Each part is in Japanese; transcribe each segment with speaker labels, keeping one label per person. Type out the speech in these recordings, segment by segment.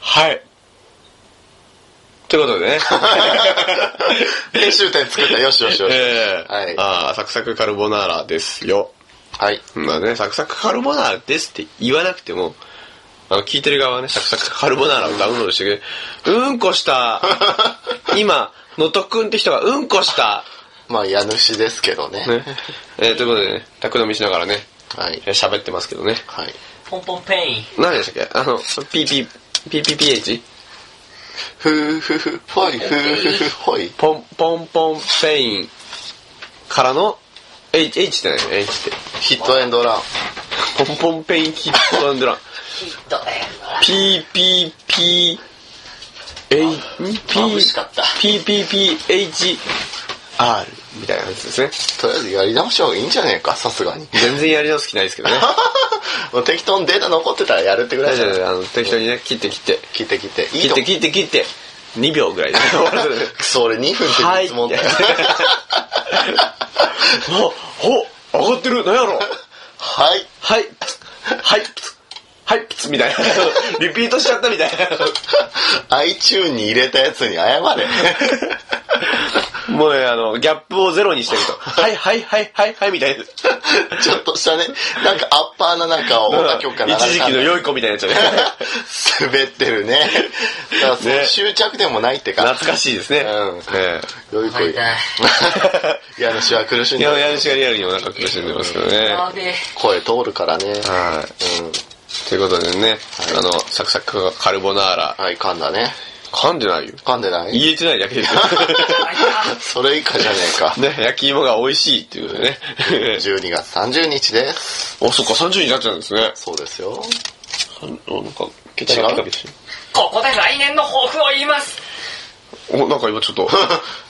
Speaker 1: はい。ということでね。
Speaker 2: 編集点作ったよしよしよ し。
Speaker 1: ええ
Speaker 2: はい
Speaker 1: ああ、サクサクカルボナーラですよ。
Speaker 2: はい。
Speaker 1: まあね、サクサクカルボナーラですって言わなくても、あの、聞いてる側はね、サクサクカルボナーラをダウンロードしてくれる。うんこ した。今、のとくんって人がうんこした。
Speaker 2: まあ、家主ですけどね。
Speaker 1: ね。えーということでね、宅飲みしながらね、
Speaker 2: はい。
Speaker 1: えー喋ってますけどね。
Speaker 2: はい。
Speaker 3: ポンポンペイン。
Speaker 1: 何でしたっけあの、PP、PPPH?
Speaker 2: ふーふーふー、ほい、ふーふーふー、ほい。
Speaker 1: ポン、ポンポンペインからの、H、H って何 ?H って。
Speaker 2: ヒットエンドラン。
Speaker 1: ポンポンペインキットアンドラン。
Speaker 3: ヒット。
Speaker 1: PPP、えい、ん P、
Speaker 2: 眩しかった
Speaker 1: PPPHR みたいなやつですね。
Speaker 2: とりあえずやり直した方がいいんじゃねえか、さ すがに。
Speaker 1: 全然やり直す気ないですけ どね。
Speaker 2: もう適当にデータ残ってたらやるってぐら
Speaker 1: 大
Speaker 2: いじ
Speaker 1: 丈
Speaker 2: ゃ
Speaker 1: 夫
Speaker 2: な
Speaker 1: で
Speaker 2: い
Speaker 1: すあの、適当にね、切って切って。
Speaker 2: 切って切って。いい
Speaker 1: 切っ
Speaker 2: と
Speaker 1: て切って切って。2秒ぐらい で終わらせる。
Speaker 2: くそ、俺2分っ て言うつもんだよ。
Speaker 1: お、お、上がってる、なんやろ
Speaker 2: はい。
Speaker 1: はい、はい、はい、プツみたい な。リピートしちゃったみたい
Speaker 2: iTune に入れたやつに謝 れ。
Speaker 1: な。もうね、あの、ギャップをゼロにしてると。はい、はい、はい、はい、はい、みたいな。
Speaker 2: ちょっとしたね、なんかアッパーな中を歌曲から流
Speaker 1: 一時期の
Speaker 2: れ
Speaker 1: 良い子みたいなやつね。
Speaker 2: た滑ってるね。だからその
Speaker 1: ね
Speaker 2: 執着でもないってか。
Speaker 1: 懐かしいですね。
Speaker 2: うん
Speaker 1: え
Speaker 2: よいこい。
Speaker 3: 痛い。
Speaker 2: 家主は苦
Speaker 1: え
Speaker 2: しん
Speaker 1: い
Speaker 2: で
Speaker 1: や、
Speaker 2: る。
Speaker 1: 家主がリアルにお腹苦しんでますけどね。
Speaker 3: やべえ。
Speaker 2: 声通るからね。
Speaker 1: はい。
Speaker 2: う
Speaker 1: ということでね、あの、サクサクカルボナーラ
Speaker 2: ん。、はい、噛んだね。
Speaker 1: 噛んでないよ。
Speaker 2: 噛んでない
Speaker 1: 言えてないだけ ですよ。
Speaker 3: あいた。
Speaker 2: それ以下じゃねえか。
Speaker 1: ね、焼き芋が美味しいっていうことでね。
Speaker 2: 12月30日です。
Speaker 1: お、そっか、30になっちゃうんですね。
Speaker 2: そうですよ。
Speaker 1: お、なんか、ケ
Speaker 2: チがピカピカ
Speaker 3: ここで来年の抱負を言います。
Speaker 1: お、なんか今ちょっと、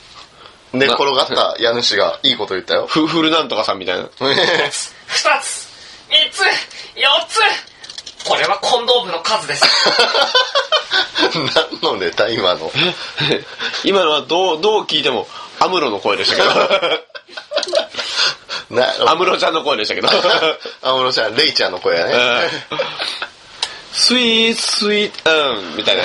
Speaker 2: 寝転がった家主がいいこと言ったよ。
Speaker 1: フーフルなんとかさんみたいな。
Speaker 3: 二つ、三つ、四つ。これはコンドームの数です。
Speaker 2: 何のネタ今の。
Speaker 1: 今のはどう、どう聞いても、アムロの声でしたけ
Speaker 2: な
Speaker 1: ど、アムロちゃんの声でしたけど。
Speaker 2: あ、ムロちゃん、レイちゃんの声やね。
Speaker 1: スイート、スイート、うん、みたいな。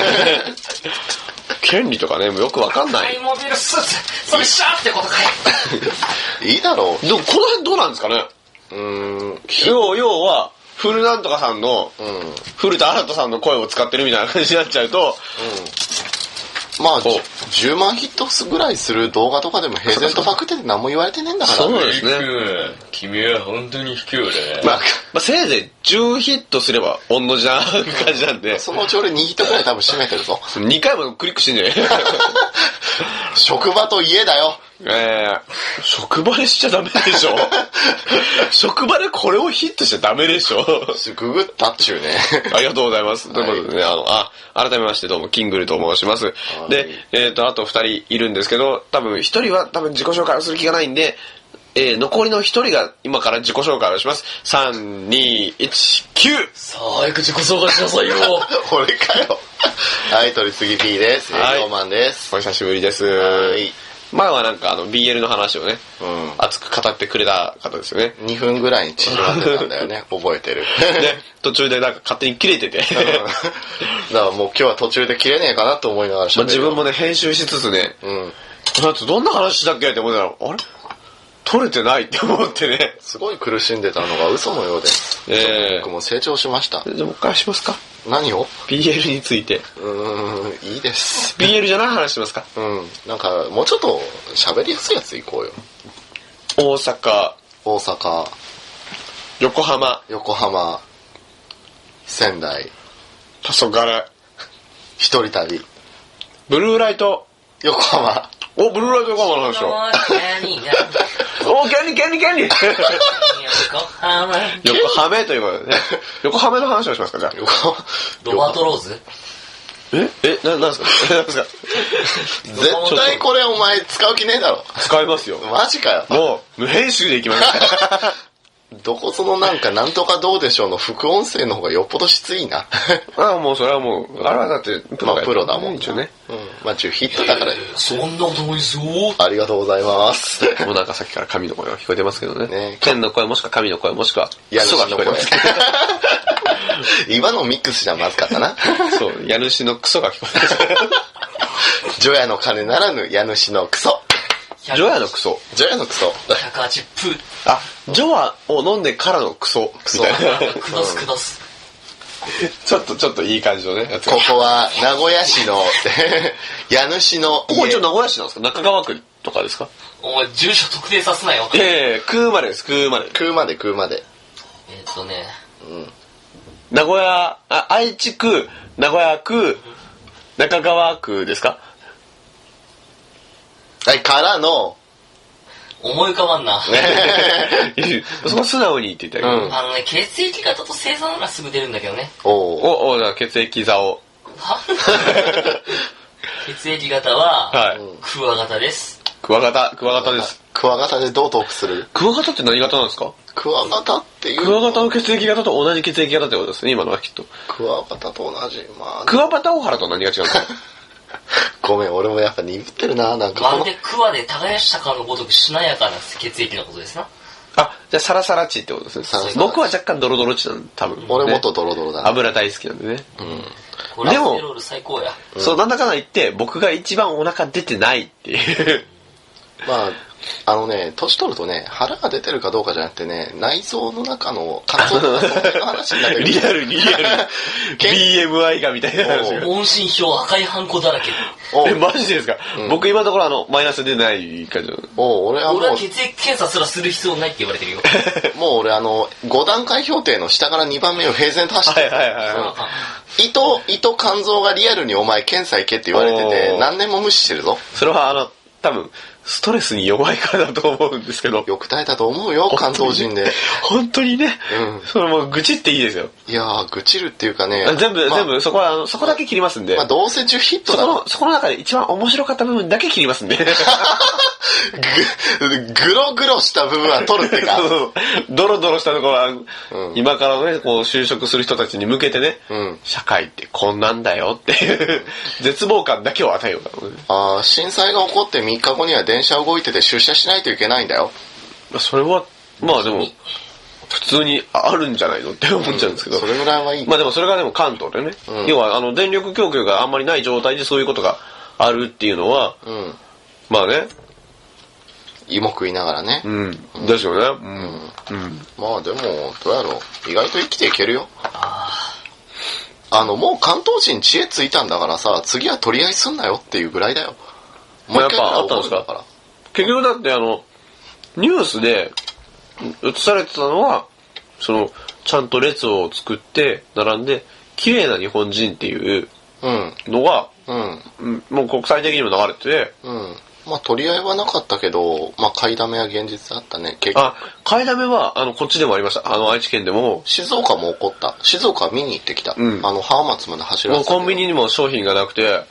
Speaker 1: 権利とかね、もうよくわかんな
Speaker 3: アイ
Speaker 1: い。
Speaker 3: モビルスーツ、それシャーってことかよ。
Speaker 2: いいだろ
Speaker 1: でも、この辺どうなんですかね
Speaker 2: う。うーん。
Speaker 1: 要要は、フルなんとかさんの、
Speaker 2: うん。
Speaker 1: 古田新太さんの声を使ってるみたいな感じになっちゃうと、
Speaker 2: まあ、
Speaker 1: こう
Speaker 2: じゅ10万ヒット数ぐらいする動画とかでも平然とパクってて何も言われてねえんだから。
Speaker 1: そうですね。
Speaker 3: 君は本当に卑怯だ
Speaker 1: まあ、まあ、せいぜい10ヒットすれば、同じな感じなんで、
Speaker 2: そのうち俺2ヒットぐらい多分占めてるぞ。
Speaker 1: 2回もクリックしてんじゃね
Speaker 2: 職場と家だよ。
Speaker 1: ええー職場でしちゃダメでし ょ職場でこれをヒットしちゃダメでし ょ
Speaker 2: ググったっちゅうね。
Speaker 1: ありがとうございます。ということでね、あの、あ、改めましてどうも、キングルと申します。で、えっ、と、あと二人いるんですけど、多分一人は多分自己紹介をする気がないんで、えー残りの一人が今から自己紹介をします。3、2、1、9!
Speaker 3: さあ、早く自己紹介しなさいよ。
Speaker 2: 俺かよ。はい、取り次ぎ P です。営
Speaker 1: はい
Speaker 2: 業マンです。
Speaker 1: お久しぶりです。
Speaker 2: はい
Speaker 1: 前はなんかあの、BL の話をね、
Speaker 2: うん
Speaker 1: 熱く語ってくれた方ですよ ね。
Speaker 2: 2分ぐらいに縮まってたんだよね。覚えてる。
Speaker 1: で、途中でなんか勝手に切れてて。
Speaker 2: うんだからもう今日は途中で切れねえかなと思いながら
Speaker 1: まあ
Speaker 2: 喋る
Speaker 1: 自
Speaker 2: よ
Speaker 1: 分もね、編集しつつね、
Speaker 2: うん。
Speaker 1: この後どんな話だっけって思ったら、あれ取れてないって思ってね。
Speaker 2: すごい苦しんでたのが嘘のようです。
Speaker 1: え
Speaker 2: 僕も成長しました
Speaker 1: え。じゃあもう一回しますか
Speaker 2: 何を
Speaker 1: ?BL について。
Speaker 2: うーん、いいです。
Speaker 1: BL じゃない話しますか
Speaker 2: うん。なんか、もうちょっと喋りやすいやつ行こうよ。
Speaker 1: 大阪、
Speaker 2: 大阪、
Speaker 1: 横浜、
Speaker 2: 横浜、仙台、
Speaker 1: 黄昏、
Speaker 2: 一人旅、
Speaker 1: ブルーライト。
Speaker 2: 横浜。
Speaker 1: お、ブルーライト横浜の話を。
Speaker 3: 何が、
Speaker 1: お、権利権利権利
Speaker 3: 横浜、
Speaker 1: 横浜ということでね。 横浜の話をしますかじゃあ。
Speaker 2: 横浜。
Speaker 3: ロバートローズ
Speaker 1: ええ、な、なんですか なんですか
Speaker 2: 絶対これお前使う気ねえだろ。
Speaker 1: 使いますよ。
Speaker 2: マジかよ。
Speaker 1: もう、無編集でいきます。
Speaker 2: どこそのなんかなんとかどうでしょうの副音声の方がよっぽど質い いな。
Speaker 1: ああ、もうそれはもう、あれはだって、プ
Speaker 2: まあプロだもん
Speaker 1: 一応ね。
Speaker 2: うん。まあ10ヒットだから、
Speaker 3: そんなこともいいぞ。
Speaker 2: ありがとうございます。
Speaker 1: もうなんかさっきから神の声が聞こえてますけどね。
Speaker 2: ね
Speaker 1: 天の声もしくは神の声もしくは、
Speaker 2: 家
Speaker 1: クソ
Speaker 2: 主
Speaker 1: が聞
Speaker 2: の
Speaker 1: こえ
Speaker 2: 声
Speaker 1: てます。
Speaker 2: 今のミックスじゃまずかったな。
Speaker 1: そう、家主のクソが聞こえてき
Speaker 2: 除夜の鐘ならぬ家主のクソ。
Speaker 1: た。 ジョアのクソ。
Speaker 2: 除夜のクソ。
Speaker 3: 180分
Speaker 1: あ、ジョアを飲んでからのクソ。ク
Speaker 2: ソ
Speaker 1: みたいな。
Speaker 3: くどすくどす
Speaker 1: ちょっと、ちょっといい感じのね、やつが
Speaker 2: ここは名古屋市の 家主の
Speaker 1: ここ一
Speaker 2: 家
Speaker 1: 応名古屋市なんですか中川区とかですか
Speaker 3: お前住所特定さすなよ
Speaker 1: いやいや、区までです、区まで。
Speaker 2: 食うまで食うまで
Speaker 3: えっとね
Speaker 1: 名古屋、あ、愛知区、名古屋区、中川区です か
Speaker 2: はいからの
Speaker 3: 思い浮かばんな
Speaker 1: そこ素直に言っていただける、
Speaker 2: うん
Speaker 3: あのね血液型と星座ならすぐ出るんだけど ね
Speaker 2: おお
Speaker 1: お、お、だから血液座 を。
Speaker 3: は血液型は
Speaker 1: はい。
Speaker 3: クワ型です
Speaker 1: クワガタ、クワガタです。
Speaker 2: クワガタでどうトークする
Speaker 1: クワガタって何型なんですか
Speaker 2: クワガタっていう
Speaker 1: クワガタの血液型と同じ血液型ってことですね、今のはきっと。
Speaker 2: クワガタと同じまあ
Speaker 1: クワバタオハラと何が違うん ですか
Speaker 2: ごめん俺もやっぱ鈍ってるななんか
Speaker 3: ま
Speaker 2: こ
Speaker 3: る
Speaker 2: の
Speaker 3: でクワで耕したかのごとくしなやかな血液のことですな
Speaker 1: あ、じゃあサラサラ血ってことです
Speaker 2: サラサ
Speaker 1: ね
Speaker 2: ラ。血
Speaker 1: 僕は若干ドロドロ血なんで、多分。
Speaker 2: 俺もっ
Speaker 1: ね
Speaker 2: とドロドロだな
Speaker 1: 油大好きなんでね。
Speaker 3: コラステ
Speaker 1: でも
Speaker 3: ロール最高や
Speaker 1: そう、なんだかんだ言って、僕が一番お腹出てないっていう。
Speaker 2: まああのね年取るとね腹が出てるかどうかじゃなくてね内臓の中の肝臓とかその辺の話になってくる
Speaker 1: リ アルにリアル。BMI がみたいな話が。
Speaker 3: 問診票赤いハンコだらけ
Speaker 2: お
Speaker 1: え、
Speaker 2: う
Speaker 1: マジですか、僕今のところあの、マイナス出ない感じなの
Speaker 2: おう俺はも
Speaker 3: 俺は
Speaker 2: う
Speaker 3: 血液検査すらする必要ないって言われてるよ
Speaker 2: もう俺あの5段階評定の下から2番目を平然と走って
Speaker 1: は
Speaker 2: る
Speaker 1: いはいはい
Speaker 3: あ
Speaker 1: は
Speaker 3: かん
Speaker 2: 胃と、胃と肝臓がリアルにお前検査行けって言われて
Speaker 1: お
Speaker 2: て、
Speaker 1: ー
Speaker 2: 何年も無視してるぞ。
Speaker 1: い。それはあの、多分、ストレスに弱いからだと思うんですけど。
Speaker 2: よく耐えたと思うよ、肝臓人で。
Speaker 1: 本当にね、
Speaker 2: うん
Speaker 1: それもう愚痴っていいですよ。
Speaker 2: いやー、愚痴るっていうかね。
Speaker 1: あ全部、
Speaker 2: まあ
Speaker 1: 全。部、そこは、あのそこだけ切りますんで。
Speaker 2: まあ、どうせ10ヒット
Speaker 1: そ
Speaker 2: だ
Speaker 1: こ
Speaker 2: ろ。
Speaker 1: の、そこの中で一番面白かった部分だけ切りますんで。
Speaker 2: ぐ、ぐろぐろした部分は取るって か。
Speaker 1: ドロドロしたところは、今からね、こう就職する人たちに向けてね、
Speaker 2: うん
Speaker 1: 社会ってこんなんだよっていう、絶望感だけを与えようだろうね。
Speaker 2: あー震災が起こって3日後には電車動いてて出社しないといけないんだよ。
Speaker 1: まあそれは、まあでも、普通にあるんじゃないのって思っちゃうんですけど。
Speaker 2: それぐらいはいい。
Speaker 1: まあでもそれがでも関東でね、
Speaker 2: うん
Speaker 1: 要はあの電力供給があんまりない状態でそういうことがあるっていうのは、
Speaker 2: うん。
Speaker 1: まあね、
Speaker 2: 芋食いながらね。
Speaker 1: うん、ですよね。うん。うん。
Speaker 2: まあでも、どうやろう。意外と生きていけるよ。あの、もう関東人知恵ついたんだからさ、次は取り合いすんなよっていうぐらいだよ。もう一回ぐらい
Speaker 1: やっぱあったんですか
Speaker 2: 覚えら
Speaker 1: 結局だってあのニュースで映されてたのはそのちゃんと列を作って並んで綺麗な日本人っていう
Speaker 2: うん、
Speaker 1: のが、
Speaker 2: うん、
Speaker 1: うんもう国際的にも流れてて
Speaker 2: うん。まあ取り合いはなかったけど、まあ買いだめは現実だったね。結局、
Speaker 1: あ買いだめはあのこっちでもありましたあの愛知県でも
Speaker 2: 静岡も起こった。静岡は見に行ってきた。
Speaker 1: うん
Speaker 2: あの、浜松まで走ら
Speaker 1: もう
Speaker 2: せて。
Speaker 1: コンビニにも商品がなくて
Speaker 2: うん。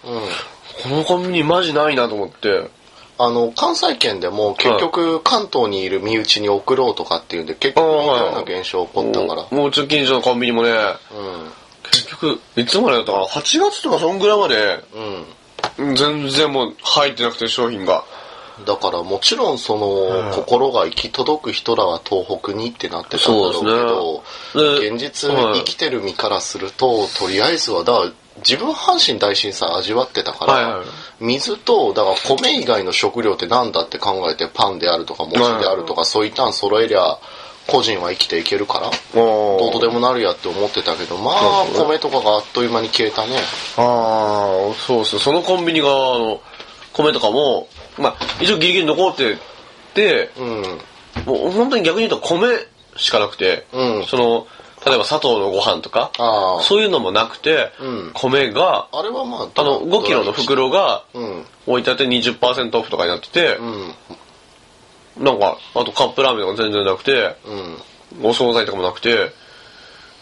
Speaker 1: このコンビニマジないなと思って
Speaker 2: あの、関西圏でも結局関東にいる身内に送ろうとかっていうんで、結局
Speaker 1: あ
Speaker 2: 似
Speaker 1: ーは
Speaker 2: た
Speaker 1: い
Speaker 2: ような現象起こったから。
Speaker 1: もううちょ近所のコンビニもね
Speaker 2: うん、
Speaker 1: 結局いつまでだったかな8月とかそんぐらいまで
Speaker 2: うん。
Speaker 1: うん全然もう入ってなくて商品が。
Speaker 2: だからもちろんその、
Speaker 1: うん
Speaker 2: 心が行き届く人らは東北にってなってたんだろうけど
Speaker 1: そうですねで
Speaker 2: 現実
Speaker 1: はい
Speaker 2: 生きてる身からするととりあえずはだから自分阪神大震災味わってたから、
Speaker 1: はいはい
Speaker 2: 水とだから米以外の食料ってなんだって考えてパンであるとか餅であるとか、そういったん揃えりゃ個人は生きていけるから
Speaker 1: お
Speaker 2: どうとでもなるやって思ってたけどまあ
Speaker 1: そうそう
Speaker 2: 米とかがあっという間に消えたね
Speaker 1: ああ、そうそう。そのコンビニが、あの、米とかも、まあ、一応ギリギリ残ってて、
Speaker 2: うん
Speaker 1: もう本当に逆に言うと米しかなくて、
Speaker 2: うん
Speaker 1: その、例えば砂糖のご飯とか、
Speaker 2: ああ
Speaker 1: そういうのもなくて、
Speaker 2: うん
Speaker 1: 米が、
Speaker 2: あれはまあ
Speaker 1: あの、5キロの袋が
Speaker 2: うん
Speaker 1: 置いてあって20%オフとかになってて
Speaker 2: う、ん
Speaker 1: なんか、あとカップラーメンとか全然なくて、
Speaker 2: うん
Speaker 1: お惣菜とかもなくて、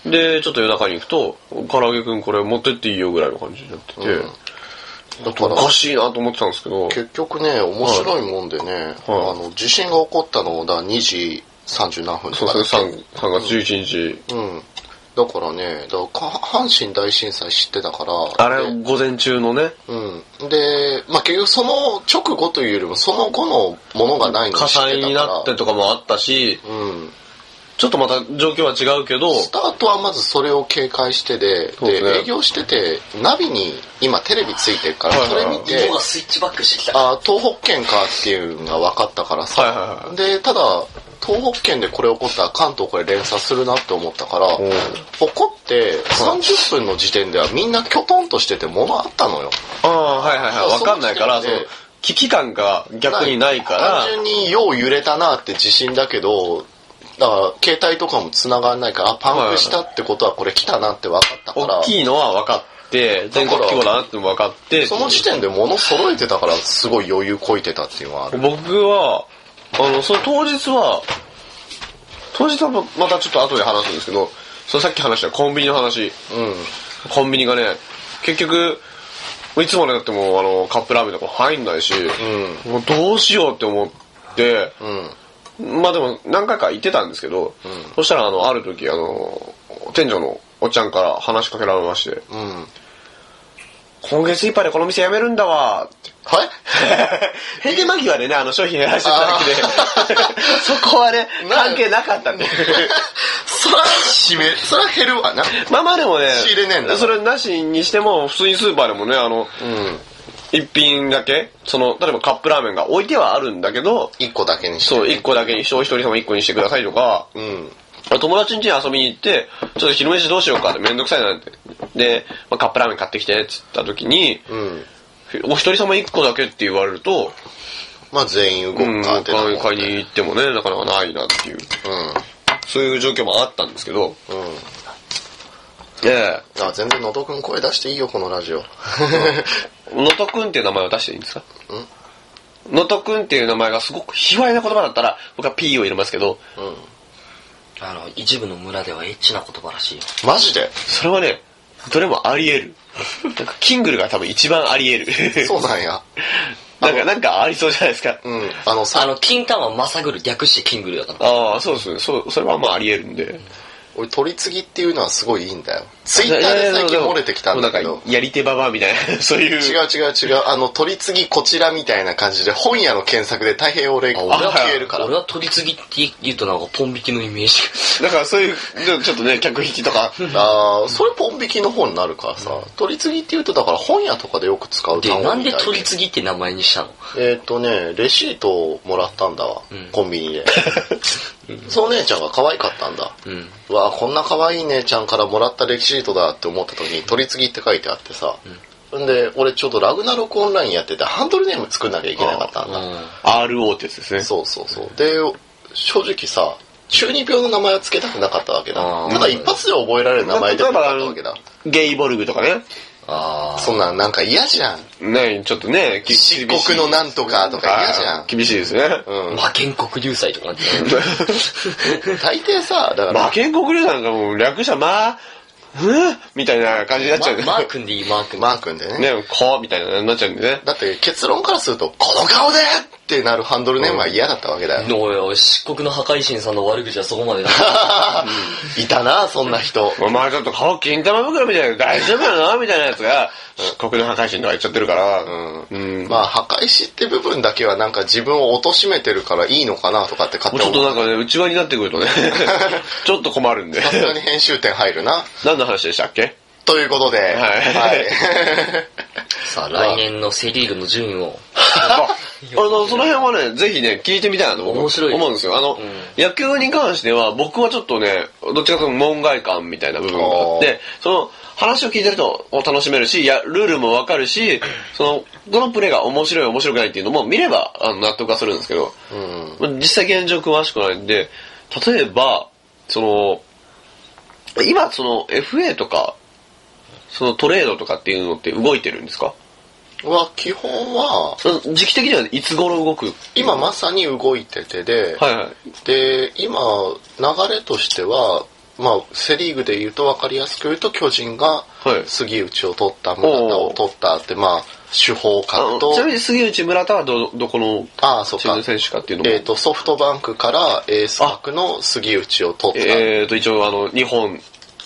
Speaker 1: で、ちょっと夜中に行くと、唐揚げくんこれ持ってっていいよぐらいの感じになってて、
Speaker 2: うんだか
Speaker 1: お
Speaker 2: ら
Speaker 1: かしいなと思ってたんですけど、
Speaker 2: 結局ね面白いもんでね、あの地震が起こったのもだから2時30何分と
Speaker 1: そう
Speaker 2: かだ
Speaker 1: で
Speaker 2: っ
Speaker 1: す
Speaker 2: け
Speaker 1: ね、3, 3月11日、
Speaker 2: うんだからねだからか阪神大震災知ってたから
Speaker 1: あれ、
Speaker 2: で
Speaker 1: 午前中のね、
Speaker 2: うん、で、まあ、結局その直後というよりもその後のものがないのを
Speaker 1: 火
Speaker 2: 知ってたから
Speaker 1: 災になってとかもあったし、
Speaker 2: うん
Speaker 1: ちょっとまた状況は違うけど、
Speaker 2: スタートはまずそれを警戒してで、
Speaker 1: そうですね
Speaker 2: で、営業してて、ナビに今テレビついてるから、
Speaker 1: はい
Speaker 2: そ
Speaker 1: はい
Speaker 2: れ
Speaker 1: はい
Speaker 2: 見て
Speaker 3: 芋、がスイッチバックしてきた。
Speaker 2: あー東北圏かっていうのが分かったからさ、
Speaker 1: はいはいは
Speaker 2: でただ東北圏でこれ起こったら関東これ連鎖するなって思ったから
Speaker 1: ん
Speaker 2: 起こって30分の時点ではみんなきょとんとしてて物あったのよ
Speaker 1: ああ、はいはいはい、わかんないから、そ
Speaker 2: そう
Speaker 1: の、危機感が逆にないから
Speaker 2: 単、純によう揺れたなって自信だけどだから携帯とかも繋がらないからあパンクしたってことはこれ来たなって分かったから
Speaker 1: 大きいのは分かって、全国規模だなってのも分かって、
Speaker 2: その時点で物揃えてたからすごい余裕こいてたっていうのはある
Speaker 1: 僕は、あの、その当日は、当日はまたちょっと後で話すんですけど、そのさっき話したコンビニの話、
Speaker 2: うん
Speaker 1: コンビニがね、結局、いつまでだってもうあの、カップラーメンとか入んないし、もうどうしようって思って、
Speaker 2: うんうん
Speaker 1: まあでも何回か行ってたんですけど、そしたらあの、ある時あの、店長のおっちゃんから話しかけられまして、
Speaker 2: うん
Speaker 1: 今月いっぱいでこの店辞めるんだわって。
Speaker 2: はい
Speaker 1: 閉店間際でね、あの商品やらせてただけで、そこはね、関係なかったって。
Speaker 2: そら、締め、そら減るわな。
Speaker 1: まあまあでもね、
Speaker 2: 仕入れねえんだ
Speaker 1: それなしにしても、普通にスーパーでもね、あの、
Speaker 2: うん。
Speaker 1: 一品だけ、その、例えばカップラーメンが置いてはあるんだけど、
Speaker 2: 一個だけにして。
Speaker 1: そう、一個だけにして、お一人様一個にしてくださいとか、
Speaker 2: うん。
Speaker 1: 友達ん家に遊びに行って、ちょっと昼飯どうしようかってめんどくさいなって。で、まあ、カップラーメン買ってきてって言った時に、
Speaker 2: うん。
Speaker 1: お一人様一個だけって言われると、
Speaker 2: まあ全員動
Speaker 1: うん、
Speaker 2: くか
Speaker 1: 買
Speaker 2: ってなもんね
Speaker 1: いに行ってもね、なかなかないなっていう、そういう状況もあったんですけど、
Speaker 2: うん。うん。
Speaker 1: え
Speaker 2: あ、全然のどくん声出していいよ、このラジオ。
Speaker 1: え、のとくんっていう名前を出していいんですかのとくんっていう名前がすごく卑猥な言葉だったら、僕は P を入れますけど、
Speaker 2: うん。
Speaker 3: あの、一部の村ではエッチな言葉らしいよ。
Speaker 2: マジで
Speaker 1: それはね、どれもあり 得る。なんか、キングルが多分一番あり得る。
Speaker 2: そうなんや。
Speaker 1: なんか、なんかありそうじゃないですか。
Speaker 2: うん。あの
Speaker 3: あ
Speaker 2: さ、
Speaker 3: の、金玉まさぐる略してキングルやから。
Speaker 1: ああ、そうですね。そう、それはまああり得るんで。
Speaker 2: 俺取り次ぎっていうのはすごいいいんだよ。ツイッターで最近漏れてきたんだけ
Speaker 1: もう
Speaker 2: ど
Speaker 1: なん。かやり手ババアみたいな、 そういう。
Speaker 2: 違う違う違う。あの、取り次ぎこちらみたいな感じで、本屋の検索で大変俺、
Speaker 1: あ
Speaker 2: 俺
Speaker 1: 俺
Speaker 2: が消えるから。
Speaker 3: 俺は取り次ぎって言うとなんかポン引きのイメージ
Speaker 1: だからそういう、ちょちょっとね、客引きと か。
Speaker 2: あーそれポン引きの方になるからさ、取り次ぎって言うとだから本屋とかでよく使う
Speaker 3: が。で、なんで
Speaker 2: 取
Speaker 3: 取り次ぎって名前にしたの
Speaker 2: えーっとね、レシートをもらったんだわ、
Speaker 3: ん
Speaker 2: コンビニ で。その姉ちゃんが可愛かったんだ。
Speaker 3: うん。
Speaker 2: うわあこんな可愛い姉ちゃんからもらったレシートだって思った時に取り次ぎって書いてあってさ、ん、で俺ちょうどラグナロクオンラインやっててハンドルネーム作んなきゃいけなかったんだ
Speaker 1: RO ってやつですね。
Speaker 2: そうそうそう。で、正直さ、中二病の名前は付けたくなかったわけ
Speaker 3: あ
Speaker 2: だ。
Speaker 3: ー
Speaker 2: ただ一発で覚えられる名前でもなかったわけだ。
Speaker 1: ゲイボルグとかね。
Speaker 3: ああ。
Speaker 2: そんなんなんか嫌じゃん。
Speaker 1: ね、ちょっとね、き
Speaker 2: 漆黒のなんとかとか嫌じゃ
Speaker 1: あー厳しいですね。
Speaker 2: ん。うん。
Speaker 3: 魔剣国流祭とかね。
Speaker 2: 大抵さ、だから
Speaker 1: 馬、建国流なんかもう略したまあ、ふんみたいな感じになっちゃうんで。
Speaker 3: ママー君でいい、マー君。
Speaker 2: マー君でね。
Speaker 1: ね、こうみたいなになっちゃうんでね。
Speaker 2: だって結論からすると、この顔でってなるハンドルネームは嫌だったわけだよ。
Speaker 3: おいおい、漆黒の破壊神さんの悪口はそこまでだ。
Speaker 2: いたな、そんな人。
Speaker 1: お前ちょっと顔金玉袋みたいな大丈夫なのみたいなやつが、国の破壊神とか言っちゃってるから。うん。
Speaker 2: まあ、破壊しって部分だけはなんか自分を貶めてるからいいのかなとかって勝
Speaker 1: もうち
Speaker 2: 手
Speaker 1: ょっと
Speaker 2: に思
Speaker 1: な
Speaker 2: うん
Speaker 1: かね、内輪になってくるとね、 ちょっと困るん で。
Speaker 2: さすがに編集点入るな。
Speaker 1: 何の話でしたっけ
Speaker 2: ということで、
Speaker 1: はい
Speaker 3: さあ、来年のセリーグの順位を。
Speaker 1: ああの、その辺はね、ぜひね、聞いてみたいなと僕
Speaker 3: 面白い
Speaker 1: 思うんですよ。あの、
Speaker 3: う
Speaker 1: 野球に関しては、僕はちょっとね、どっちかというと門外観みたいな部分があって、その、話を聞いてると楽しめるし、いや、ルールもわかるし、その、どのプレーが面白い面白くないっていうのも見ればあの納得はするんですけど、
Speaker 2: うん。
Speaker 1: まあ実際現状詳しくないんで、例えば、その、今その FA とか、そのトレードとかっていうのって動いてるんですか
Speaker 2: は、基本は、
Speaker 1: その時期的にはいつ頃動く
Speaker 2: 今まさに動いててで、
Speaker 1: はいはい。
Speaker 2: で、今、流れとしては、まあ、セ・リーグで言うと分かりやすく言うと、巨人が
Speaker 1: はい
Speaker 2: 杉内を取った、村田を取ったって、まあ、手法
Speaker 1: あ
Speaker 2: 格
Speaker 1: の
Speaker 2: と
Speaker 1: ち、なみに杉内村田はど、どこの
Speaker 2: ああ、そっ
Speaker 1: チー
Speaker 2: か
Speaker 1: ム。選手かっていうのも。
Speaker 2: えっ、と、ソフトバンクからエース格の杉内を取った、
Speaker 1: えーと、一応あの、日本、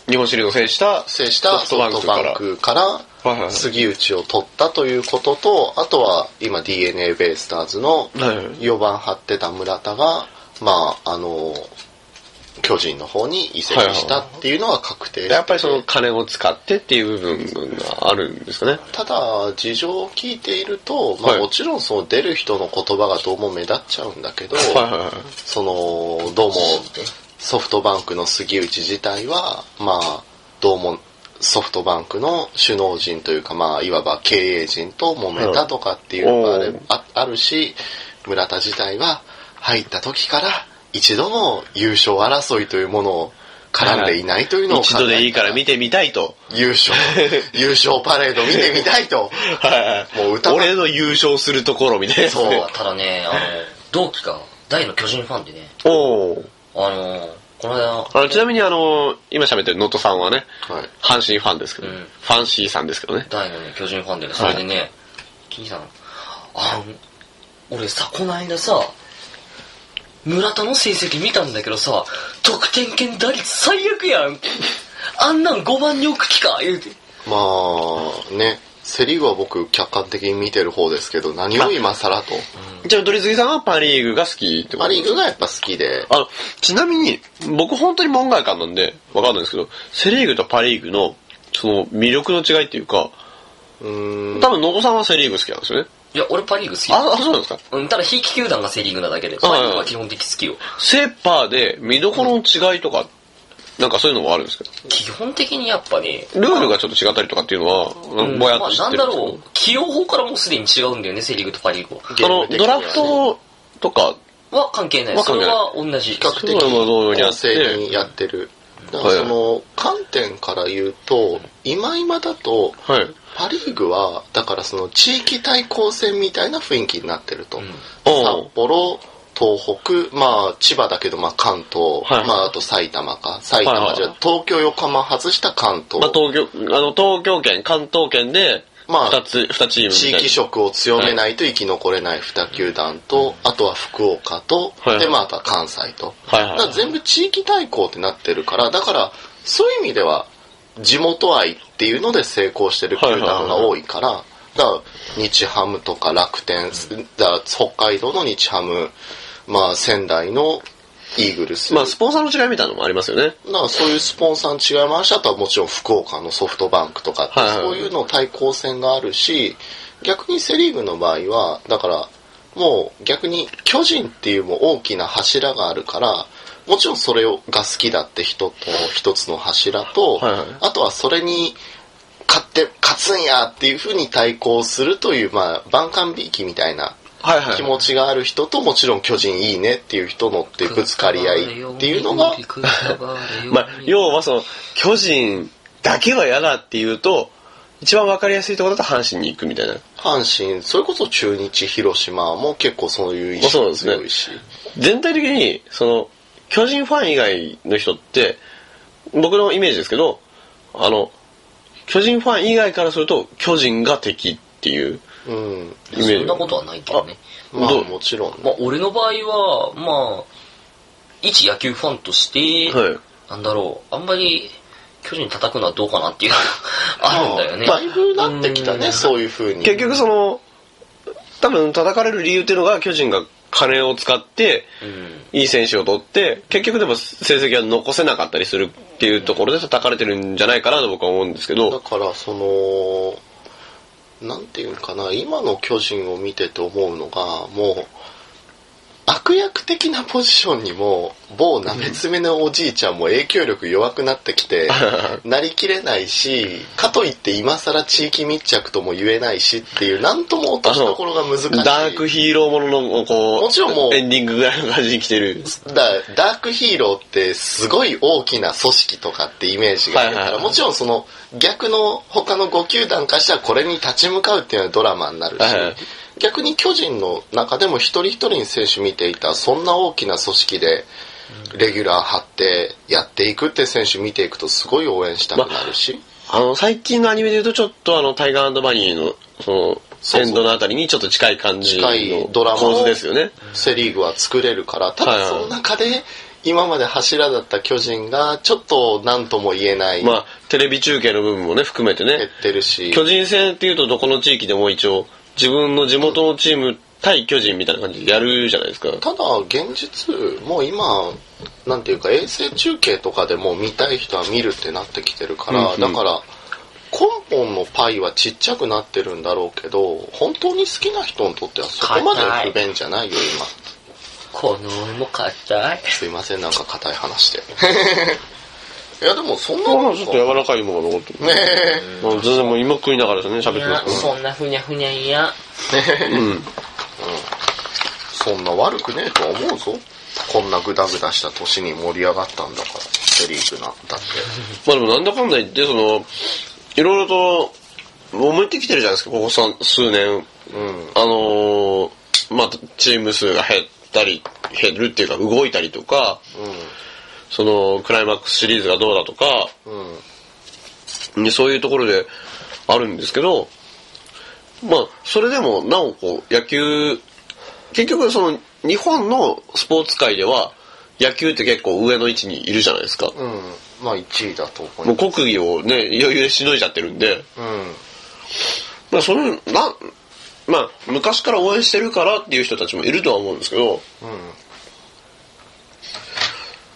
Speaker 1: 日本シリーズを制した、
Speaker 2: 制したソフトバンクか
Speaker 1: いはいは
Speaker 2: ら
Speaker 1: い
Speaker 2: 杉内を取ったということと、あとは今 DNA ベイスターズの
Speaker 1: はいはい
Speaker 2: 4番張ってた村田が、まあ、あの、巨人の方に移籍したっていうのは確定してて
Speaker 1: やっぱりその金を使ってっていう部分があるんですかね。
Speaker 2: ただ事情を聞いていると、まあ、
Speaker 1: はい
Speaker 2: もちろんその出る人の言葉がどうも目立っちゃうんだけど、
Speaker 1: はいはいはい。
Speaker 2: そのどうもソフトバンクの杉内自体はまあどうもソフトバンクの首脳陣というかまあいわば経営陣と揉めたとかっていうのがあれ
Speaker 1: うんおー
Speaker 2: ああるし村田自体は入った時から一度も優勝争いというものを絡んでいないというのを
Speaker 1: 一度でいいから
Speaker 2: 考え
Speaker 1: 見てみたいと。
Speaker 2: た優 勝優勝パレード見てみたいと
Speaker 1: はい
Speaker 2: もう歌が
Speaker 1: 俺の優勝するところみたいな。
Speaker 2: そう
Speaker 1: ね。
Speaker 4: ただね、あの、同期が大の巨人ファンでね、
Speaker 1: おー
Speaker 4: あの、この間、
Speaker 1: あのちなみにあの、今喋ってる能登さんはね、
Speaker 2: はい
Speaker 1: 阪神ファンですけど、
Speaker 4: うん
Speaker 1: ファンシーさんですけどね。
Speaker 4: 大のね、巨人ファンでね、それでね、聞いたの。あの、俺さ、この間さ、村田の成績見たんだけどさ、得点圏打率最悪やん。あんなん5番に置く気か言うて。
Speaker 2: まあねセ・リーグは僕客観的に見てる方ですけど何を今更と
Speaker 1: じゃあ、鳥杉さんはパリーグが好きってこと
Speaker 2: パ・リーグがやっぱ好きで
Speaker 1: あの、ちなみに、僕本当に門外漢なんで、わかんないんですけど、セリーグとパリーグの、その、魅力の違いっていうか、
Speaker 2: うーん
Speaker 1: 多分、野戸さんはセリーグ好きなんですよね。
Speaker 4: いや、俺パリーグ好き。
Speaker 1: あ、あそうなんですか
Speaker 4: うん、ただ、ひいき球団がセリーグなだけ
Speaker 1: は
Speaker 4: で、
Speaker 1: い
Speaker 4: パリーグは基本的好きよ。
Speaker 1: セーパーで見どころの違いとか、なんかそういうのもあるんですけ
Speaker 4: 基本的にやっぱね、
Speaker 1: ど、ルールがちょっと違ったりとかっていうのは、なんかぼやっと
Speaker 4: まあ、
Speaker 1: 知
Speaker 4: な
Speaker 1: っ
Speaker 4: ん
Speaker 1: て
Speaker 4: だ
Speaker 1: るんですけど
Speaker 4: ろう、起用法からもうすでに違うんだよね、セリーグとパリーグは。
Speaker 2: ゲーム
Speaker 1: あの、
Speaker 2: 的に
Speaker 1: ド
Speaker 2: は
Speaker 1: ラ
Speaker 2: ね
Speaker 1: フトとか、
Speaker 4: は関係ない。
Speaker 1: わか
Speaker 4: そ
Speaker 1: んな
Speaker 4: れ
Speaker 1: い
Speaker 4: は同じ。
Speaker 2: 比較的公正にやってるだからその観点から言うと今今だと
Speaker 1: はい。
Speaker 2: パ・リーグはだからその地域対抗戦みたいな雰囲気になってると、
Speaker 4: ん
Speaker 1: おう
Speaker 2: 札幌東北まあ千葉だけどまあ関東、
Speaker 1: はい
Speaker 2: まああと埼玉か埼玉、
Speaker 1: はいはい
Speaker 2: じゃあ東京横浜外した関東、
Speaker 1: まあ、東京、あの、東京圏、関東圏で、
Speaker 2: まあ
Speaker 1: 二つ、二チームみた
Speaker 2: 地
Speaker 1: いな。
Speaker 2: 域色を強めないと生き残れない2球団と、あとは福岡と、
Speaker 1: はいはい
Speaker 2: で、まあ、あとは関西と。
Speaker 1: はいはい
Speaker 2: だから全部地域対抗ってなってるから、だから、そういう意味では、地元愛っていうので成功してる球団が多いから、だから、日ハムとか楽天、だから北海道の日ハム、まあ、仙台のイーグルス。
Speaker 1: まあ、スポンサーの違いみたいなのもありますよね。
Speaker 2: だからそういうスポンサーの違いもあるし、あとはもちろん福岡のソフトバンクとかって、
Speaker 1: はいはい
Speaker 2: そういうの対抗戦があるし、逆にセ・リーグの場合は、だから、もう逆に巨人っていうもう大きな柱があるから、もちろんそれをが好きだって人と一つの柱と、
Speaker 1: はいはい
Speaker 2: あとはそれに勝って勝つんやっていうふうに対抗するという、まあ、万感びいきみたいな
Speaker 1: はいはい。
Speaker 2: 気持ちがある人と、もちろん巨人いいねっていう人のってぶつかり合いっていうの が、
Speaker 1: まあ、要はその、巨人だけは嫌だっていうと、一番わかりやすいところだと阪神に行くみたいな。
Speaker 2: 阪神、それこそ中日、広島も結構そういう意
Speaker 1: まあそう
Speaker 2: 識
Speaker 1: なんですね
Speaker 2: 強いし、
Speaker 1: 全体的に、その、巨人ファン以外の人って、僕のイメージですけど、あの、巨人ファン以外からすると、巨人が敵っていう
Speaker 2: うん。
Speaker 1: イメージ。
Speaker 4: そんなことはないけどね。
Speaker 2: まあ
Speaker 1: どう
Speaker 2: もちろんね、
Speaker 4: まあ、俺の場合は、まあ、一野球ファンとして、
Speaker 1: はい。
Speaker 4: なんだろう、あんまり巨人叩くのはどうかなっていうのがあるんだよね。
Speaker 2: だいぶなってきたね、
Speaker 4: うん
Speaker 2: そういう風に。
Speaker 1: 結局その、多分叩かれる理由っていうのが、巨人が金を使って、
Speaker 4: うん
Speaker 1: いい選手を取って、結局でも成績は残せなかったりするっていうところで叩かれてるんじゃないかなと僕は思うんですけ
Speaker 2: だ
Speaker 1: ど、
Speaker 2: から、その、なんていうんかな、今の巨人を見てて思うのが、もう、悪役的なポジションにも、某なめつめのおじいちゃんも影響力弱くなってきて、なりきれないし、かといって今更地域密着とも言えないしっていう、なんとも落としどころが難しい。
Speaker 1: ダークヒーローものの、こう、
Speaker 2: もちろんもう
Speaker 1: エンディングぐらいの感じに来てる。
Speaker 2: だダークヒーローってすごい大きな組織とかってイメージがあるか
Speaker 1: はいはい
Speaker 2: ら
Speaker 1: はい
Speaker 2: もちろんその逆の他の5球団からしたらこれに立ち向かうっていうのはドラマになるし
Speaker 1: はいはい
Speaker 2: 逆に巨人の中でも一人一人に選手見ていたそんな大きな組織でレギュラー張ってやっていくって選手見ていくとすごい応援したくなるし
Speaker 1: あの、最近のアニメで言うとちょっとあの、タイガーバニーの、そ
Speaker 2: そうそう
Speaker 1: の、エンドのあたりにちょっと近い感じの
Speaker 2: 近いドラマを
Speaker 1: 構図ですよね。
Speaker 2: セ・リーグは作れるからた
Speaker 1: はい
Speaker 2: だ
Speaker 1: はい
Speaker 2: その中で今まで柱だった巨人がちょっと何とも言えない
Speaker 1: ま
Speaker 2: 減
Speaker 1: あ、テレビ中継の部分もね、含めてね、
Speaker 2: ってるし
Speaker 1: 巨人戦っていうとどこの地域でも一応、自分の地元のチーム対巨人みたいな感じでやるじゃないですか。
Speaker 2: ただ現実もう今なんていうか衛星中継とかでもう見たい人は見るってなってきてるから、
Speaker 1: うんうん
Speaker 2: だから根本のパイはちっちゃくなってるんだろうけど本当に好きな人にとってはそこまで不便じゃないよ今
Speaker 4: この絵も硬い。
Speaker 2: すいませんなんか硬い話で いやでもそんな
Speaker 1: これ
Speaker 2: も
Speaker 1: も
Speaker 2: ん
Speaker 1: ち
Speaker 2: か
Speaker 1: ょっと柔らかい芋が残ってる。
Speaker 2: ね
Speaker 1: うん全然もう今食いながらですね、喋
Speaker 4: い
Speaker 1: ってま
Speaker 4: や、
Speaker 1: すか
Speaker 4: そんなふにゃふにゃいや。
Speaker 2: え
Speaker 1: ら。うん。
Speaker 2: そんな悪くねえとは思うぞこんなグダグダした年に盛り上がったんだからセリーグなだって
Speaker 1: まあでもなんだかんだ言って、その、いろいろと、揉めてきてるじゃないですか、ここさ数年。
Speaker 2: うん
Speaker 1: あのーまあ、チーム数が減ったり、減るっていうか動いたりとか、その、クライマックスシリーズがどうだとか、
Speaker 2: うんうん
Speaker 1: ねそういうところであるんですけど、まあ、それでも、なお、こう、野球、結局、その、日本のスポーツ界では、野球って結構上の位置にいるじゃないですか。
Speaker 2: うんまあ1位だと思い
Speaker 1: もう
Speaker 2: ます
Speaker 1: 国技をね、余裕でしのいじゃってるんで、
Speaker 2: うん
Speaker 1: まあ、それ、な、まあ、昔から応援してるからっていう人たちもいるとは思うんですけど、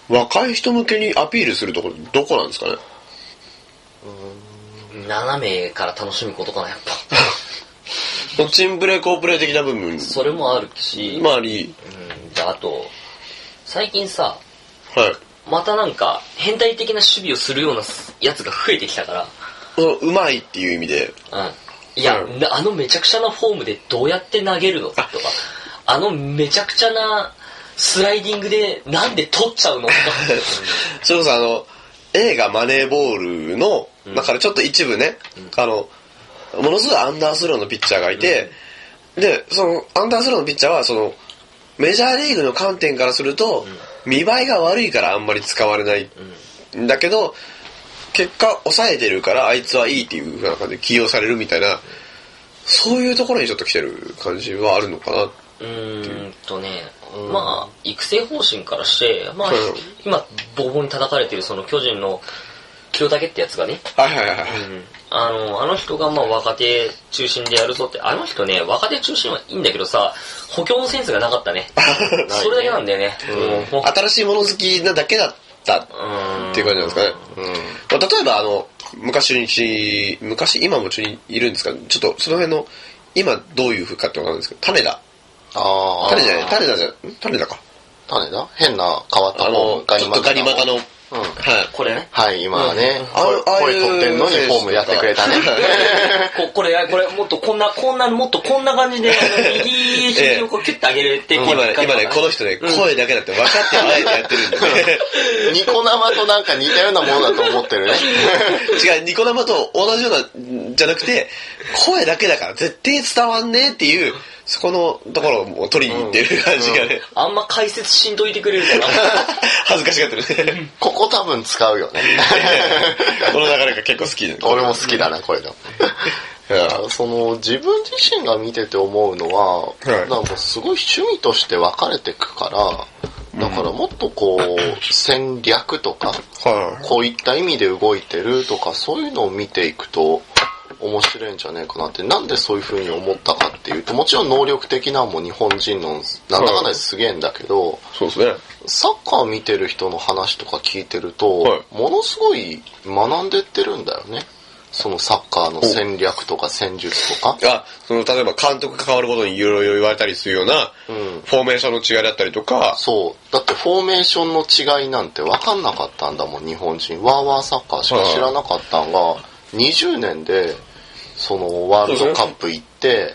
Speaker 2: う
Speaker 1: 若い人向けにアピールするところ、どこなんですかね。
Speaker 4: 斜めから楽しむことかな、やっぱ。
Speaker 1: チームプレー、コープレー的な部分
Speaker 4: それもあるし、
Speaker 1: もあり、
Speaker 4: うん、で、あと、最近さ、
Speaker 1: はい。
Speaker 4: またなんか、変態的な守備をするようなやつが増えてきたか
Speaker 1: そのうまいっていう意味で、
Speaker 4: ら、うん。いや、
Speaker 1: う
Speaker 4: なあのめちゃくちゃなフォームでどうやって投げるのとか、あのめちゃくちゃなスライディングでなんで取っちゃ うのとか、
Speaker 1: それこそあの、映画マネーボールの、だからちょっと一部ね、あの、ものすごいアンダースローのピッチャーがいて、で、その、アンダースローのピッチャーは、その、メジャーリーグの観点からすると、見栄えが悪いからあんまり使われない。んだけど、結果抑えてるからあいつはいいっていう風な感じで起用されるみたいな、そういうところにちょっと来てる感じはあるのかな。
Speaker 4: うーんとね、まあ、育成方針からして、まあ、今、ボコボコに叩かれてるその巨人の清武ってやつがね、
Speaker 1: はいはいはい。
Speaker 4: あの、あの人がまあ若手中心でやるぞって、あの人ね、若手中心はいいんだけどさ、補強のセンスがなかっ たね。それだけなんだよね。もうほん
Speaker 1: 新しいもの好きなだけだったっ
Speaker 4: うーん
Speaker 1: ていう感じなんですかね。
Speaker 2: んうん
Speaker 1: まあ、例えばあの昔に昔今も中にいるんですかちょっとその辺の今どういう風かってわかるんないですけど種田
Speaker 2: ああ
Speaker 1: 種田じゃない種田じゃん種田か
Speaker 2: 種だ変な変わった
Speaker 1: あのちょっとガニ股の、
Speaker 2: うん
Speaker 1: はい
Speaker 4: これね。
Speaker 2: はい今ね
Speaker 1: あ
Speaker 2: 声
Speaker 1: ああいう
Speaker 2: 声取ってんのにフォームやってく れたね
Speaker 4: ここれ、これ、もっとこんな、こんな、もっとこんな感じで、あ の右肘をこうキュッて上げて、こう
Speaker 1: 今ね今ねこの人ね声だけだって分かってあえてやってるんでね
Speaker 2: ニコ生となんか似たようなものだと 思ってるね
Speaker 1: 違うニコ生と同じようなじゃなくて声だけだから絶対伝わんねえっていうそこのところを取りに行ってる感じがね、
Speaker 4: あんま解説しんどいてくれるかな。
Speaker 1: 恥ずかしがってるね
Speaker 2: ここ多分使う よね
Speaker 1: この流れが結構好きで
Speaker 2: 俺も好きだなこうい うの
Speaker 1: は
Speaker 2: その自分自身が見てて思うのは、
Speaker 1: い
Speaker 2: なんかもうすごい趣味として分かれてくからだからもっとこう戦略とか
Speaker 1: い
Speaker 2: こういった意味で動いてるとかそういうのを見ていくと面白いんじゃねえかなってなんでそういう風に思ったかっていうともちろん能力的なのも日本人のなんだかんだですげえんだけど、
Speaker 1: そうですね
Speaker 2: サッカー見てる人の話とか聞いてると、
Speaker 1: はい
Speaker 2: ものすごい学んでってるんだよねそのサッカーの戦略とか戦術とか
Speaker 1: あその例えば監督関わることにいろいろ言われたりするような、
Speaker 2: うん
Speaker 1: フォーメーションの違いだったりとか
Speaker 2: そうだってフォーメーションの違いなんて分かんなかったんだもん日本人ワーワーサッカーしか知らなかったんが20年でそのワールドカップ行って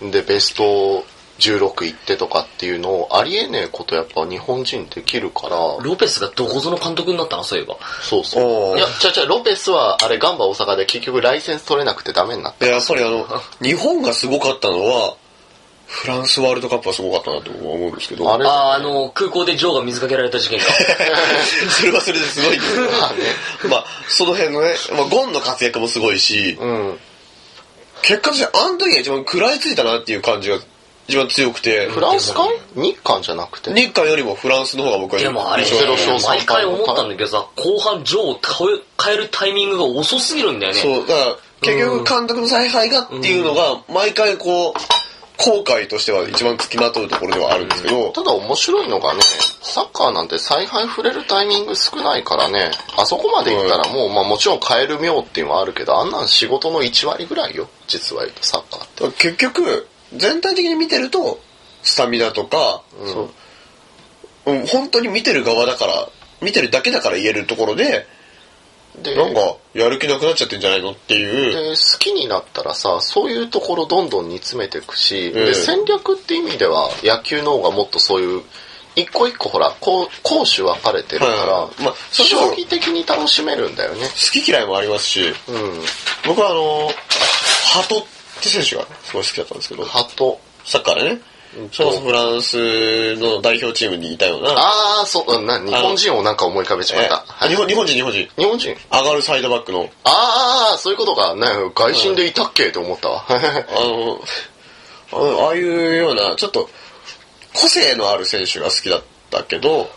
Speaker 2: でベスト16行ってとかっていうのをありえねえことやっぱ日本人できるから
Speaker 4: ロペスがどこぞの監督になったな、そういえば。
Speaker 2: そうそ
Speaker 1: お
Speaker 2: う
Speaker 1: ー
Speaker 2: いやちゃちゃロペスはあれガンバ大阪で結局ライセンス取れなくてダメになった
Speaker 1: でやっぱりあの日本がすごかったのはフランスワールドカップはすごかったなと僕は思うんですけど
Speaker 2: あれ
Speaker 4: ああ、あの、空港でジョーが水かけられた事件が。
Speaker 1: それはそれですごいんですけど まあその辺のね、まあ、ゴンの活躍もすごいし
Speaker 2: うん
Speaker 1: 結果としてあの時が一番食らいついたなっていう感じが一番強くて
Speaker 2: フランスか日韓じゃなくて
Speaker 1: 日韓よりもフランスの方が僕は
Speaker 4: でもあれ、
Speaker 1: 印象
Speaker 2: ゼロ勝
Speaker 4: 毎
Speaker 2: 三敗
Speaker 4: 回思ったんだけどさ、後半ジョーを変え変えるタイミングが遅すぎるんだよね。
Speaker 1: そう、だから、結局監督の采配がっていうのが、毎回こう、後悔としては一番付きまとうところではあるんですけど、
Speaker 2: ただ面白いのがね、サッカーなんて采配触れるタイミング少ないからね、あそこまで行ったらもう、まあもちろん変える妙っていうのはあるけど、あんなん仕事の1割ぐらいよ、実は言うとサッカーって。
Speaker 1: 結局、全体的に見てると、スタミナとか、そううん本当に見てる側だから、見てるだけだから言えるところで、
Speaker 2: で、
Speaker 1: なんか、やる気なくなっちゃってんじゃないのっていう、
Speaker 2: で好きになったらさそういうところどんどん煮詰めていくし、
Speaker 1: ええ
Speaker 2: で戦略って意味では野球の方がもっとそういう一個一個ほらこう攻守分かれてるから、
Speaker 1: はいまあそれ
Speaker 2: 将
Speaker 1: こそ
Speaker 2: 棋的に楽しめるんだよね
Speaker 1: 好き嫌いもありますし、
Speaker 2: うん
Speaker 1: 僕はあの、鳩って選手がすごい好きだったんですけど、
Speaker 2: 鳩
Speaker 1: サッカーでね、それこそフランスの代表チームにいたような、
Speaker 2: ああそううんな日本人をなんか思い浮かべちまっ
Speaker 1: え
Speaker 2: た、はい
Speaker 1: 日本日本人、日本人、
Speaker 2: 日本人
Speaker 1: 上がるサイドバックの、
Speaker 2: ああそういうことかなんか外人でいたっけって思ったわ
Speaker 1: あの、あのああいうような、ちょっと、個性のある選手が好きだったけど、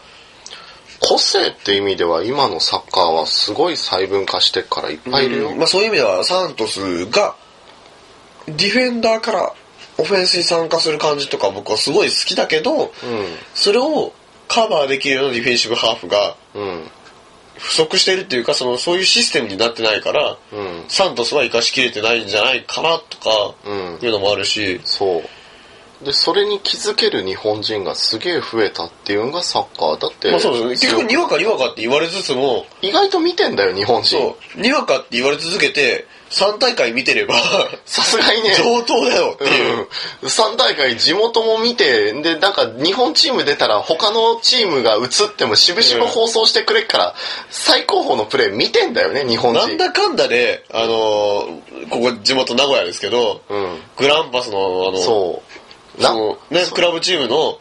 Speaker 2: 個性って意味では今のサッカーはすごい細分化してっからいっぱいいるよ、
Speaker 1: まあ、そういう意味では、サントスが、ディフェンダーからオフェンスに参加する感じとか僕はすごい好きだけど、それをカバーできるようなディフェンシブハーフが
Speaker 2: うん
Speaker 1: 不足しているっていうか、その、そういうシステムになってないから、
Speaker 2: うん
Speaker 1: サントスは生かしきれてないんじゃないかなとか、
Speaker 2: うん
Speaker 1: いうのもあるし、
Speaker 2: そう。で、それに気づける日本人がすげえ増えたっていうのがサッカーだって。
Speaker 1: まあそうですね。結局、にわかにわかって言われつつも、
Speaker 2: 意外と見てんだよ、日本人
Speaker 1: そ。う、にわかって言われ続けて、3大会見てれば、
Speaker 2: さすがにね。
Speaker 1: 上等だよっていう。
Speaker 2: うん、3大会地元も見てでなんか日本チーム出たら他のチームが映っても渋々放送してくれっから、最高峰のプレー見てんだよね日本人
Speaker 1: なんだかんだで、あのーここ地元名古屋ですけど、
Speaker 2: うん
Speaker 1: グランパスの、あの、
Speaker 2: そうな
Speaker 1: そのね、クラブチームの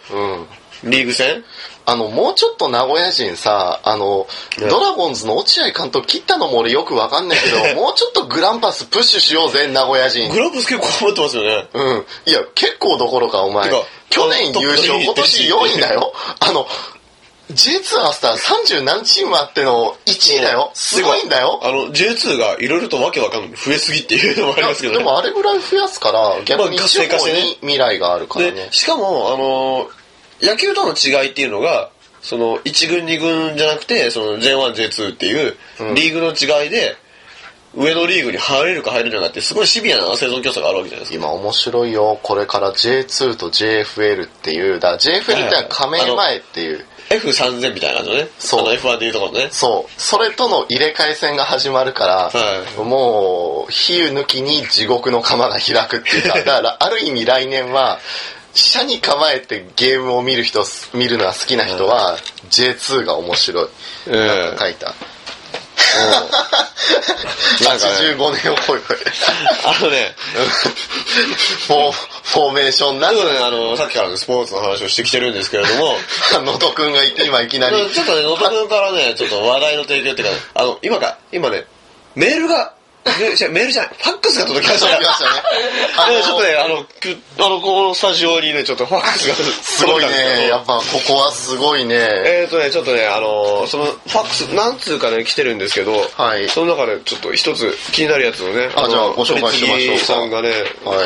Speaker 2: うん
Speaker 1: リーグ戦
Speaker 2: あの、もうちょっと名古屋人さ、あの、ドラゴンズの落合監督切ったのも俺よくわかんない けど、もうちょっとグランパスプッシュしようぜ、名古屋人。
Speaker 1: グランパス結構頑張ってますよね。
Speaker 2: うん。いや、結構どころかお前
Speaker 1: てか、
Speaker 2: 去年優
Speaker 1: トッ
Speaker 2: 勝、
Speaker 1: プ
Speaker 2: 今
Speaker 1: トップ
Speaker 2: 年4位だよ。あの、J2 アスター30何チームあっての1位だよ。すごいんだよ。
Speaker 1: あの、J2 がいろいろとわけわかんない。増えすぎっていうのもありますけど
Speaker 2: で
Speaker 1: ね。
Speaker 2: もあれぐらい増やすから、逆
Speaker 1: まあ
Speaker 2: に
Speaker 1: 活
Speaker 2: 地
Speaker 1: 性化し
Speaker 2: 方
Speaker 1: てね
Speaker 2: に未来があるからね
Speaker 1: で、。しかも、あのー野球との違いっていうのが、その、1軍、2軍じゃなくて、その、J1、J2 っていう、リーグの違いで、上のリーグに入れるか入れるかって、すごいシビアな生存競争があるわけじゃないですか。
Speaker 2: 今面白いよ。これから J2 と JFL っていう、だ JFL ってのは加盟前っていう。
Speaker 1: F3000 みたいな感じのね。
Speaker 2: そう
Speaker 1: あの F1 でいうところのね。
Speaker 2: そう。それとの入れ替え戦が始まるから、
Speaker 1: はい
Speaker 2: もう、比喩抜きに地獄の釜が開くっていう か、だから、ある意味来年は、社に構えてゲームを見る人、見るのが好きな人は、J2 が面白い。
Speaker 1: え
Speaker 2: なんか書い た。
Speaker 1: なんかね
Speaker 2: 85年を超え
Speaker 1: あのね、
Speaker 2: フォーフォーメーションな
Speaker 1: あとね、あの、さっきからねスポーツの話をしてきてるんですけれども、
Speaker 2: のどくんがいて、今いきなり。
Speaker 1: ちょっとね、野田君からね、ちょっと話題の提供っていうか、あの、今か、今ね、メールが、メールじゃメールじゃない、ファックスが届きました。
Speaker 2: 届きましたねあの
Speaker 1: ねちょっと ね、あの、くあの、このスタジオにね、ちょっとファックスが
Speaker 2: すごいね。やっぱ、ここはすごいね。
Speaker 1: えーとね、ちょっとね、あのーその、ファックス、何通かね、来てるんですけど、
Speaker 2: はい
Speaker 1: その中で、ちょっと一つ気になるやつをね、
Speaker 2: あ
Speaker 1: の
Speaker 2: じゃあご紹介しましょうか
Speaker 1: 鳥次さんがね、
Speaker 2: は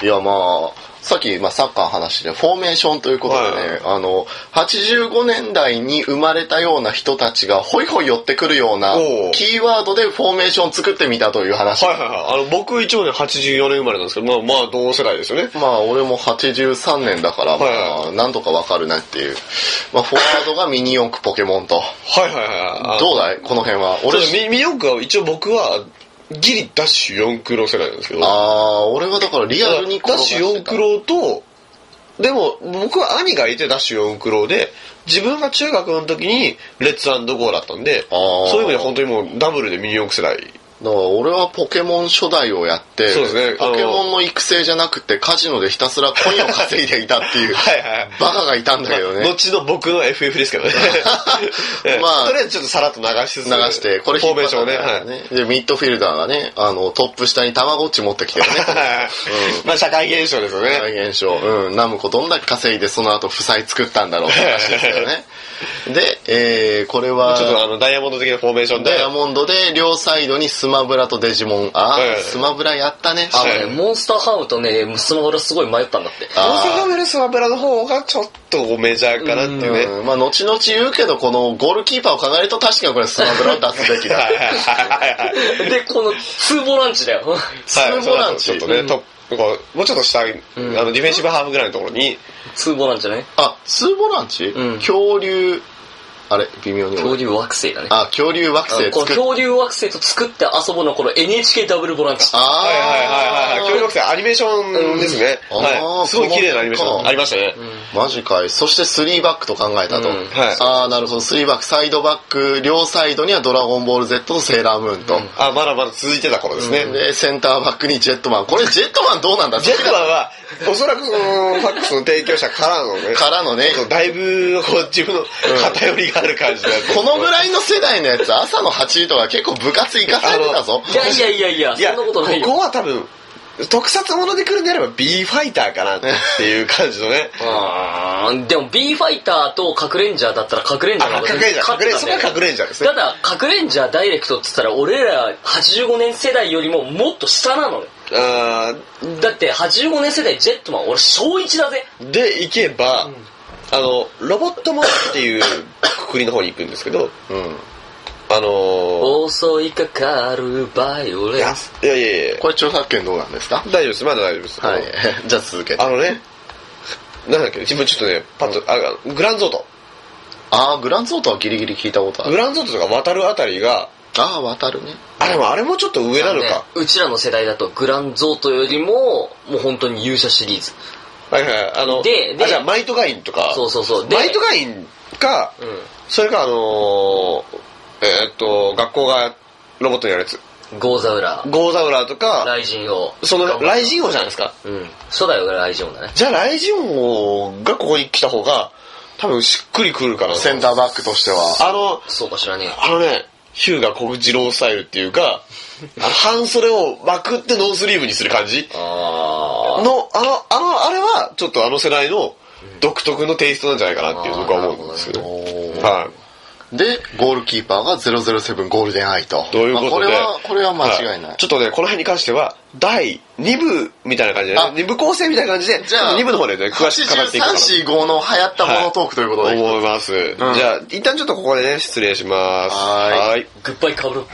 Speaker 2: い。いや、まあ、さっき、まあ、サッカーの話で、フォーメーションということでね、あの、85年代に生まれたような人たちが、ほいほい寄ってくるような
Speaker 1: おう、
Speaker 2: キーワードでフォーメーション作ってみたという話。
Speaker 1: はいはいはい、あの、僕一応ね、84年生まれなんですけど、まあまあ、同世代ですよね。
Speaker 2: まあ、俺も83年だから、
Speaker 1: はいはい
Speaker 2: まあ、なんとかわかるなっていう。まあ、フォワードがミニ四駆ポケモンと。
Speaker 1: はいはいはいあの。
Speaker 2: どうだいこの辺は。俺
Speaker 1: 俺、ミミヨンクは一応僕は、ギリダッシュ4クロ世代なんですけど。
Speaker 2: ああ、俺はだからリアルに
Speaker 1: ダッシュ4クロと、でも僕は兄がいてダッシュ4クロで、自分が中学の時にレッツゴーだったんで、
Speaker 2: あー
Speaker 1: そういう意味で本当にもうダブルでミニ四駆世代。
Speaker 2: だから俺はポケモン初代をやって、
Speaker 1: そうですねあの
Speaker 2: ポケモンの育成じゃなくてカジノでひたすらコインを稼いでいたっていう
Speaker 1: はいはい
Speaker 2: バカがいたんだけどね。
Speaker 1: 後の僕の FF です けどね。
Speaker 2: ま
Speaker 1: ま
Speaker 2: あ
Speaker 1: あ、とりあえずちょっとさらっと流しつつ
Speaker 2: 流して、これ
Speaker 1: フォーメーションをね。
Speaker 2: 引っ張
Speaker 1: は
Speaker 2: った
Speaker 1: い
Speaker 2: んだよね。で、ミッドフィルダーがね、あの、トップ下にたまごっち持ってきてるね。
Speaker 1: まあ社会現象ですよね。
Speaker 2: 大現象。うん。ナムコどんだけ稼いでその後負債作ったんだろうって話ですよね。で、えー、これ
Speaker 1: ちょっと
Speaker 2: は、
Speaker 1: あの、ダイヤモンド的なフォーメーションで
Speaker 2: ダイ、ヤモンドで両サイドにスマブラとデジモン。あ
Speaker 1: はいはいは
Speaker 2: ー、
Speaker 1: い
Speaker 2: スマブラやったね。
Speaker 4: あ
Speaker 1: はい
Speaker 4: のね、モンスターハムとね、スマブラすごい迷ったんだって。
Speaker 1: 大
Speaker 2: あー
Speaker 1: 阪メルスマブラの方がちょっとメジャーかなっていうね。
Speaker 2: うんまあ、後々言うけど、このゴールキーパーを考えると確かにこれスマブラを出すべきだ
Speaker 1: は。いはいはいはい。
Speaker 4: で、この、ツーボランチだよ。
Speaker 2: ツーボランチ
Speaker 1: はいそうだとちょっとね、トップこうもうちょっと下、あのディフェンシブハーフぐらいのところに、
Speaker 4: ツーボランチだね。
Speaker 2: あ、ツーボランチ、
Speaker 4: うん
Speaker 2: 恐竜、あれ、微妙に俺
Speaker 4: 恐竜惑星だね。
Speaker 2: あ、恐竜惑
Speaker 4: あ
Speaker 2: 星
Speaker 4: のこの
Speaker 2: 作っ
Speaker 4: 恐竜惑星と作って遊ぶのこの NHK ダブルボランチ。
Speaker 1: はいはいはいはい。協力生アニメーションですね。
Speaker 2: うんあ
Speaker 1: は
Speaker 2: ー
Speaker 1: い。すごい綺麗なアニメーシ
Speaker 2: この
Speaker 1: ョンありましたね。
Speaker 2: マジかい。そして3バックと考えたと。
Speaker 4: うんはい
Speaker 2: ああ、なるほど。3バック、サイドバック、両サイドにはドラゴンボール Z とセーラームーンと。
Speaker 1: あ、まだまだ続いてた頃ですね。
Speaker 2: で、センターバックにジェットマン。これジェットマンどうなんだ
Speaker 1: ジェットマンは、おそらくその、ファックスの提供者からのね、
Speaker 2: からのね、
Speaker 1: だいぶ、こう、自分の偏りがある感じだった
Speaker 2: このぐらいの世代のやつ、朝の8時とか結構部活行かされてたぞ。
Speaker 4: いやいやいやいや、
Speaker 1: いや、
Speaker 4: そんなことない
Speaker 1: こ
Speaker 4: よ。
Speaker 1: こは多分、特撮もので来るんであれば B ファイターかなっていう感じのね。
Speaker 4: あーでも B ファイターと核レンジャーだったら核レンジャー
Speaker 1: あ、
Speaker 4: の方が
Speaker 1: 隠れんじゃん。
Speaker 4: 勝
Speaker 1: 隠
Speaker 4: っ
Speaker 1: れ
Speaker 4: て
Speaker 1: ん、
Speaker 4: たん
Speaker 1: そ
Speaker 4: だ
Speaker 1: れ
Speaker 4: よ
Speaker 1: は隠れんじゃんですね
Speaker 4: た。だ、核レンジャーダイレクトって言ったら、俺ら85年世代よりももっと下なのよ。
Speaker 1: あ
Speaker 4: だって、85年世代ジェットマン、俺小1だぜ。
Speaker 1: ーで、行けば、あの、ロボットモンっていう国の方に行くんですけど、
Speaker 2: うん。
Speaker 1: あのー、
Speaker 4: 襲いかかるバイオ
Speaker 1: い
Speaker 4: レ
Speaker 1: や
Speaker 4: ンス。
Speaker 1: いやいやいや
Speaker 2: これ著作権どうなんですか
Speaker 1: 大丈夫です、まだ大丈夫です。
Speaker 2: はい。 じゃあ続けて。
Speaker 1: あのね、なんだっけ、自分ちょっとね、パッと、あ、グランゾート。
Speaker 2: ああ、グランツオートはギリギリ聞いたことあ
Speaker 1: グ
Speaker 2: る。
Speaker 1: ランゾートとか渡るあたりが、
Speaker 2: ああ、渡るね。
Speaker 1: あ、でもあれもちょっと上なの
Speaker 4: あの
Speaker 1: か
Speaker 4: ね。うちらの世代だとグランゾートよりも、もう本当に勇者シリーズ。
Speaker 1: はいはい、あの、
Speaker 4: でで
Speaker 1: あ、じゃあマイトガインとか。
Speaker 4: そうそうそうで
Speaker 1: マイトガインか、
Speaker 4: う
Speaker 1: それかあのー、えーっと、学校がロボットにやるやつ。
Speaker 4: ん。ゴーザウラ、
Speaker 1: ゴーザウラーとか、
Speaker 4: ライジン王。
Speaker 1: その、ライジン王じゃないですか。
Speaker 4: うん。初代はライジン王だね。
Speaker 1: じゃあライジン王がここに来た方が、多分しっくりくるかな。
Speaker 2: センターバックとしては。
Speaker 1: あの、
Speaker 4: そうかしらねえ。
Speaker 1: あのね、ヒューが小次郎スタイルっていう か、あの半袖をまくってノースリーブにする感じの、
Speaker 4: あ
Speaker 1: あの、あの、あれは、ちょっとあの世代の独特のテイストなんじゃないかなっていう
Speaker 4: あー
Speaker 1: 僕は思うんですけど。
Speaker 2: おー
Speaker 1: は
Speaker 2: で、ゴールキーパーが007ゴールデンアイと。
Speaker 1: い。どういうことで。
Speaker 2: まあこれは、これは間違いない。
Speaker 1: はちょっとね、この辺に関しては、第2部みたいな感じで、
Speaker 2: あ
Speaker 1: 2部構成みたいな感じで、
Speaker 2: じゃあ
Speaker 1: 2部の方でね、詳しく語っていくかな
Speaker 2: 83、45の流行ったものトークということで。
Speaker 1: と思います。じゃあ、一旦ちょっとここでね、失礼します。
Speaker 2: はーい
Speaker 1: い。
Speaker 4: ー。グッバイカブロ。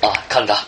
Speaker 4: あ、噛んだ。